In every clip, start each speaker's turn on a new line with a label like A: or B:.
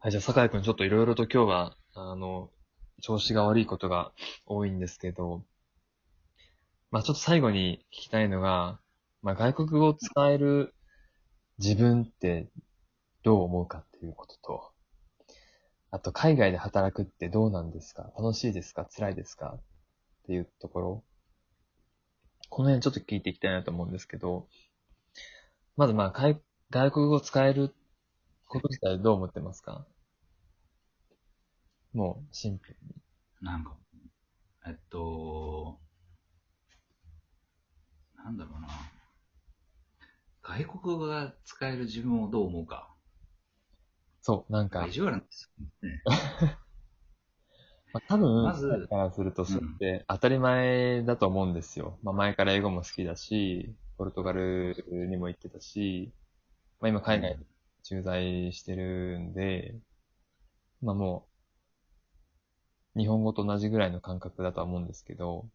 A: はい、じゃあ、酒井くん、ちょっといろいろと今日は、あの、調子が悪いことが多いんですけど、まあちょっと最後に聞きたいのが、まあ外国語を使える自分ってどう思うかっていうことと、あと海外で働くってどうなんですか楽しいですか辛いですかっていうところ。この辺ちょっと聞いていきたいなと思うんですけど、まずまあ外外国語を使えること自体どう思ってますかもうシンプルに。
B: なんか、えっと、なんだろうな。外国語が使える自分をどう思うか。
A: そう、なんか
B: 意、地悪なんですよね。
A: まあ、多分、
B: まず
A: 彼からすると、それって当たり前だと思うんですよ。まあ、前から英語も好きだし、ポルトガルにも行ってたし、まあ、今海外に駐在してるんで、まあ、もう、日本語と同じぐらいの感覚だとは思うんですけど、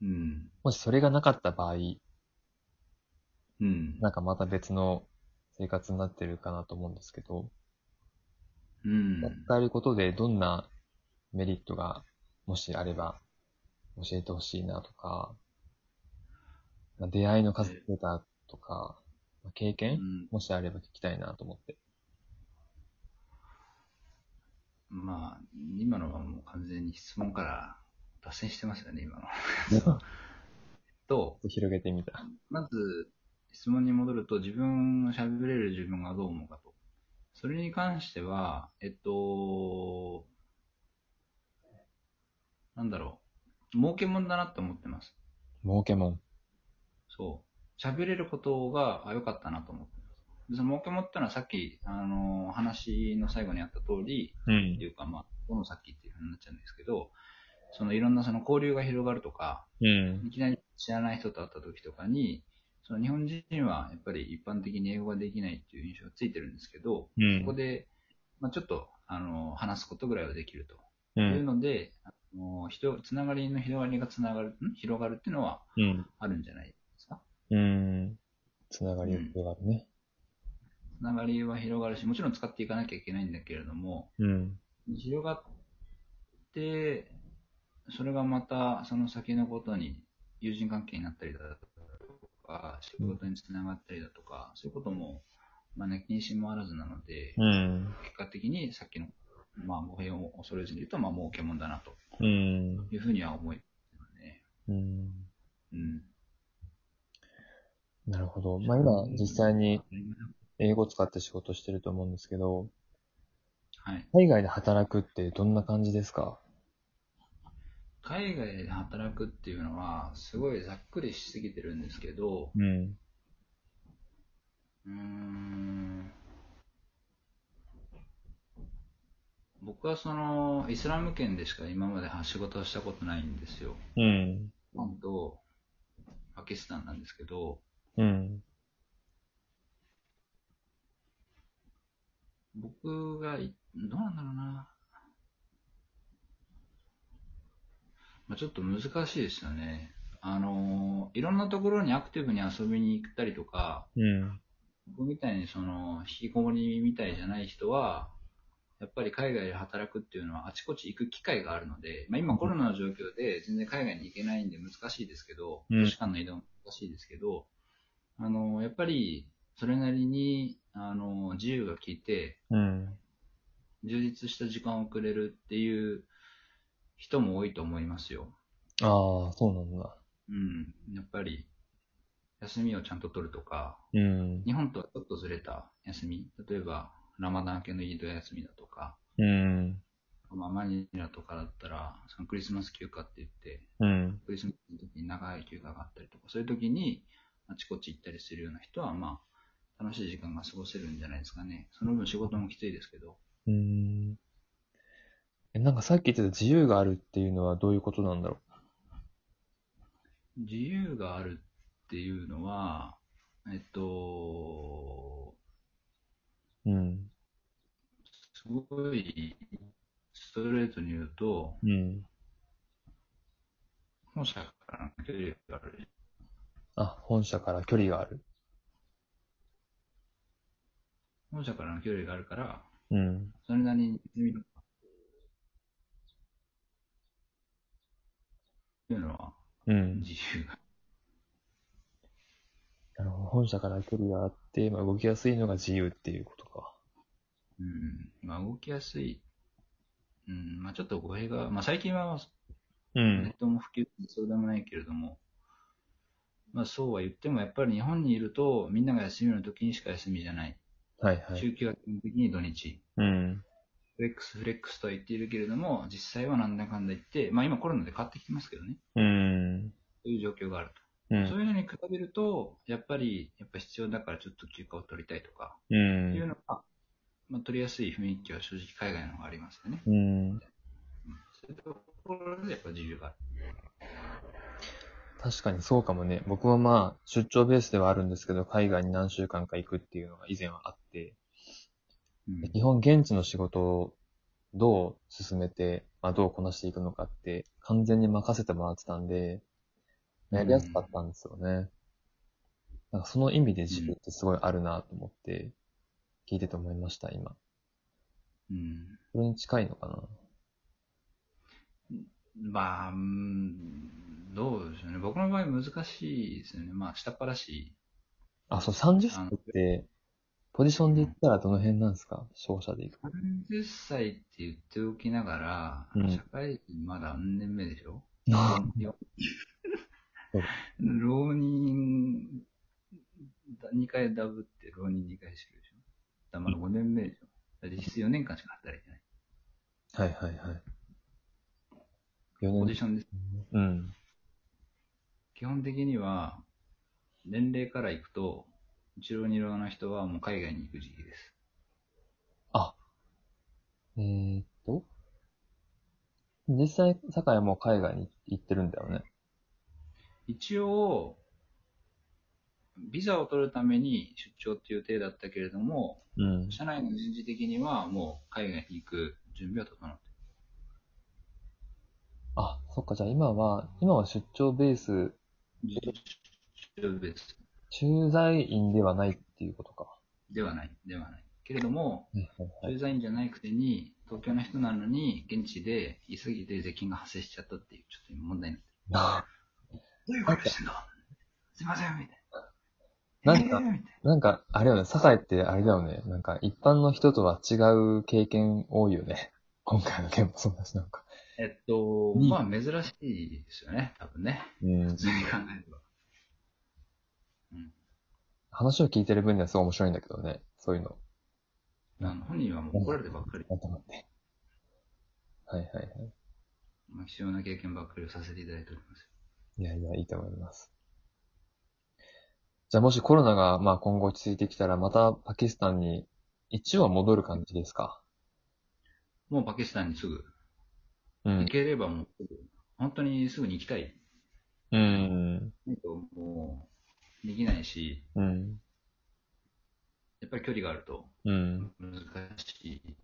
B: うん。
A: もしそれがなかった場合、
B: うん。
A: なんかまた別の生活になってるかなと思うんですけど、
B: うん。
A: 使えることでどんなメリットがもしあれば教えてほしいなとか、まあ、出会いの数増えたとか、まあ経
B: う
A: 験
B: ん
A: もしあれば聞きたいなと思って。
B: まあ、今のはもう完全に質問から脱線してますよね、今の。と、
A: 広げてみた。
B: まず、質問に戻ると、自分の喋れる自分がどう思うかと。それに関しては、えっと、なんだろう。儲けもんだなって思ってます。
A: 儲けもん。
B: そう。喋れることがあ良かったなと思ってます。でその儲けもんってのはさっき、あの、話の最後にあった通り、
A: う
B: って
A: ん。
B: いうか、まあ、この先っていうふうになっちゃうんですけど、そのいろんなその交流が広がるとか、
A: うん。
B: いきなり知らない人と会った時とかに、その日本人はやっぱり一般的に英語ができないっていう印象がついてるんですけど、
A: う
B: そこ
A: ん。
B: で、まあ、ちょっとあの話すことぐらいはできる
A: う。
B: というんので、あの人つながりの広がりがつながるん広がるっていうのは
A: うん。
B: あるんじゃないですか。
A: うん。つながりを広がるね。
B: つながりは広がるし、もちろん使っていかなきゃいけないんだけれども、
A: うん。
B: 広がって、それがまたその先のことに友人関係になったりだとか、仕事につながったりだとか、そういうことも、まあね、気にしもあらずなので、
A: うん。
B: 結果的にさっきの、まあ、語弊を恐れずに言うと、まあ、儲けもんだなと
A: うん。
B: いうふうには思いますね。
A: うん。
B: うん。
A: なるほど。まあ今、実際に
B: うん。
A: 英語を使って仕事してると思うんですけど、
B: はい。
A: 海外で働くってどんな感じですか
B: 海外で働くっていうのは、すごいざっくりしすぎてるんですけど、
A: うん。
B: うーん僕はそのイスラム圏でしか今までは仕事をしたことないんですよ。
A: うん。
B: 本当パキスタンなんですけど、
A: うん。
B: 僕がい、どうなんだろうな。まあ、ちょっと難しいですよね。あのいろんなところにアクティブに遊びに行ったりとか、
A: うん。
B: 僕みたいにその引きこもりみたいじゃない人は、やっぱり海外で働くっていうのはあちこち行く機会があるので、まあ、今コロナの状況で全然海外に行けないんで難しいですけど、
A: うん
B: 都市間の移動も難しいですけど、あの、やっぱりそれなりに、あの、自由が利いて、
A: うん。
B: 充実した時間をくれるっていう人も多いと思いますよ。
A: ああ、そうなんだ。
B: うん。やっぱり、休みをちゃんと取るとか、
A: うん。
B: 日本とはちょっとずれた休み、例えばラマダン明けの移動休みだとか、
A: うん。
B: まあ、マニラとかだったら、そのクリスマス休暇って言って、
A: うん。
B: クリスマスの時に長い休暇があったりとか、そういう時にあちこち行ったりするような人は、まあ、楽しい時間が過ごせるんじゃないですかね。その分仕事もきついですけど。
A: うん。え、なんかさっき言ってた自由があるっていうのはどういうことなんだろ
B: 自由があるっていうのは、えっと、
A: う。うん。
B: すごいストレートに言うと、
A: うん。
B: 本社からの距離がある
A: あ、本社から距離がある。
B: 本社からの距離があるから、
A: うん。
B: それなりにネズミのというのは
A: うん。
B: 自由が。
A: あの本社から距離があって、まあ、動きやすいのが自由っていうことか。
B: うん。まあ動きやすい。うん。まあちょっと語弊が、まあ最近は
A: う
B: ネッ。トも普及してそうでもないけれども、まあそうは言ってもやっぱり日本にいるとみんなが休みの時にしか休みじゃない。
A: はいはい。
B: 週休は基本的に土日。
A: うん。
B: フレックスフレックスとは言っているけれども、実際はなんだかんだ言って、まあ今コロナで変わってきてますけどね。
A: うん。
B: そういう状況がある
A: う
B: と。そ
A: ん。
B: ういうのに比べると、やっぱり、やっぱ必要だからちょっと休暇を取りたいとか、
A: う。
B: いうんのが、まあ、取りやすい雰囲気は正直海外の方がありますよね。
A: うん。
B: そういうところでやっぱ自由がある。
A: 確かにそうかもね。僕はまあ、出張ベースではあるんですけど、海外に何週間か行くっていうのが以前はあって、
B: うん
A: 基本現地の仕事をどう進めて、まあ、どうこなしていくのかって、完全に任せてもらってたんで、やりやすかったんですよね。なんかその意味で自由ってすごいあるなと思って、聞いてて思いました、今。
B: うん
A: それに近いのかな
B: まあ、うんどうでしょうね。僕の場合難しいですよね。まあ、下っ端だし、
A: あ、そう、30歳って、ポジションで言ったらどの辺なんですか勝者でいく。
B: 30歳って言っておきながら、
A: うん
B: 社会人まだ何年目でしょよ
A: そう
B: 浪人、2回ダブって浪人2回してるでしょ。だからまだ5年目でしょ。だから実質4年間しか働いてない。
A: はいはいはい。
B: ポ
A: 4
B: ジ
A: 年。
B: ションです。
A: うん。
B: 基本的には、年齢からいくと、一郎二郎の人はもう海外に行く時期です。
A: えーっと。実際、酒井はもう海外に行ってるんだよね。
B: 一応、ビザを取るために出張っていう体だったけれども、
A: うん。
B: 社内の人事的にはもう海外に行く準備は整って
A: あ、そっか、じゃあ今は、今は出張ベース、
B: る。出張ベース
A: 駐在員ではないっていうことか。は
B: ではない、ではない。けれども、
A: いはいはい。
B: 駐在員じゃないくせに、東京の人なのに、現地で言い過ぎて税金が発生しちゃったっていう、ちょっと今問題になってる。
A: な
B: どういうことしてんのすいません、みたいな。
A: なんか
B: えーみたい
A: なんか、あれよね、酒井ってあれだよね。なんか、一般の人とは違う経験多いよね。 今回の件もそうだし、なんか。
B: なえっと、
A: に
B: まあ珍しいですよね、多分ね。
A: うん
B: 普。通に考えれば。
A: 話を聞いてる分にはすごい面白いんだけどね。そういうの。
B: あの本人はもう怒られてばっかり、
A: なんと待って。はいはいはい。
B: まあ、貴重な経験ばっかりをさせていただいております。
A: いやいや、いいと思います。じゃあもしコロナが、まあ、今後落ち着いてきたら、またパキスタンに一応は戻る感じですか
B: もうパキスタンにすぐ、
A: う
B: 行
A: ん。
B: ければもうすぐ、本当にすぐに行きたい。
A: うん。
B: ないともう、できないし、
A: うん。
B: やっぱり距離があると
A: うん。
B: 難しい。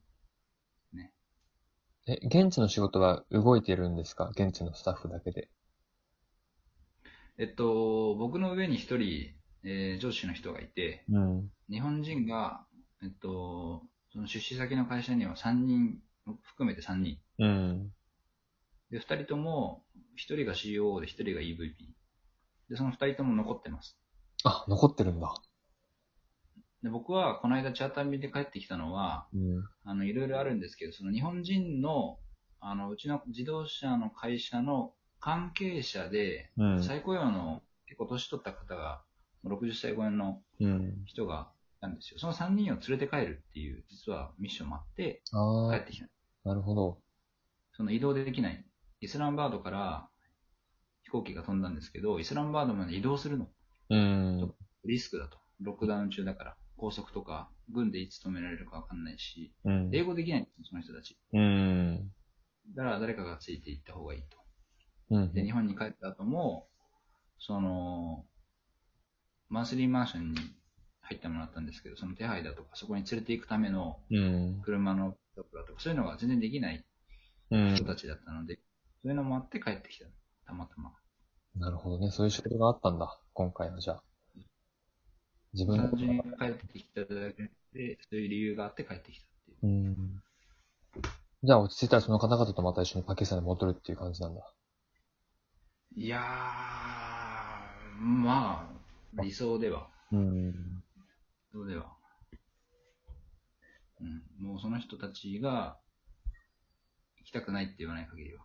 A: え、現地の仕事は動いてるんですか現地のスタッフだけで。
B: えっと、僕の上に一人、えー上司の人がいて、
A: うん。
B: 日本人が、えっと、その出資先の会社には3人、含めて3人。
A: うん。
B: で、2人とも、1人が COO で1人が EVP。で、その2人とも残ってます。
A: あ、残ってるんだ。
B: で僕はこの間チャーター便で帰ってきたのは、
A: うん。
B: あの、いろいろあるんですけど、その日本人の、あの、うちの自動車の会社の関係者で、
A: うん。
B: 再雇用の結構年取った方が、60歳超えの
A: うん。
B: 人がいたんですよ。その3人を連れて帰るっていう、実はミッションもあって、
A: あ
B: 帰
A: あ
B: っ、てきた。
A: なるほど。
B: その移動できない。イスラムバードから飛行機が飛んだんですけど、イスラムバードまで移動するの。
A: うん。
B: リスクだと。ロックダウン中だから。高速とか、軍でいつ止められるかわかんないし、
A: うん。
B: 英語できないんですよ、その人たち。
A: うん。
B: だから誰かがついていった方がいいと。
A: うん。
B: で、日本に帰った後も、その、マンスリーマンションに入ってもらったんですけど、その手配だとか、そこに連れて行くための
A: うん。
B: 車のだとか、そういうのが全然できない
A: うん
B: 人。たちだったので、そういうのもあって帰ってきた。たまたま。
A: なるほどね。そういう仕事があったんだ。今回はじゃあ。自分の
B: 単
A: こと
B: 純に
A: が。
B: 帰ってきただけで、そういう理由があって帰ってきたっていう。
A: うん。じゃあ落ち着いたらその方々とまた一緒にパキスタンに戻るっていう感じなんだ。
B: いやー、まあ、理想では。
A: うん。
B: 理想では。うん、もうその人たちが、行きたくないって言わない限りは。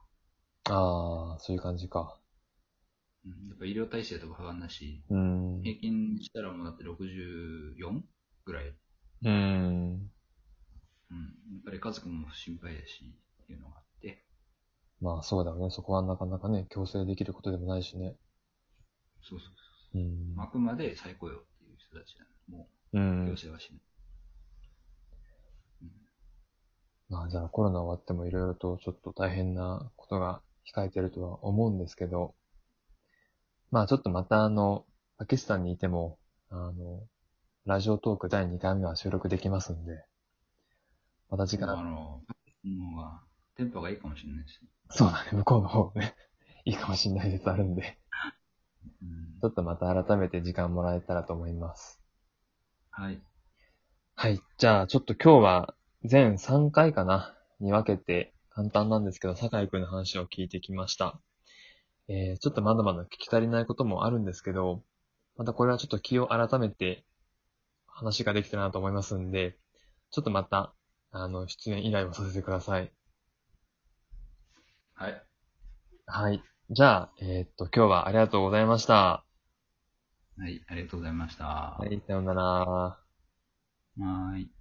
A: ああ、そういう感じか。
B: うん、やっぱ医療体制とか変わんないし、
A: うん。
B: 平均したらもうだって 64? ぐらい。
A: うん。
B: うん、やっぱり家族も心配だし、っていうのがあって。
A: まあそうだよね。そこはなかなかね、強制できることでもないしね。
B: そうそ
A: う
B: うそう。あ
A: ん。
B: くまで再雇用っていう人たちなの。も
A: う
B: う、
A: ん
B: 行。政はしない。
A: まあじゃあコロナ終わってもいろいろとちょっと大変なことが控えてるとは思うんですけど、まあちょっとまたあの、パキスタンにいても、あの、ラジオトーク第2回目は収録できますんで、また時間
B: あの、の方が、テンポがいいかもしれないですね。
A: そうだね、向こうの方ね、 いいかもしれないですあるんで、
B: うん
A: ちょっとまた改めて時間もらえたらと思います。
B: はい。
A: はい、じゃあちょっと今日は全3回かな、に分けて簡単なんですけど、酒井くんの話を聞いてきました。えー、ちょっとまだまだ聞き足りないこともあるんですけど、またこれはちょっと気を改めて話ができたらなと思いますんで、ちょっとまた、あの、出演依頼をさせてください。
B: はい。
A: はい。じゃあ、えーっと、今日はありがとうございました。
B: はい。ありがとうございました。
A: はい、さようなら。
B: はーい。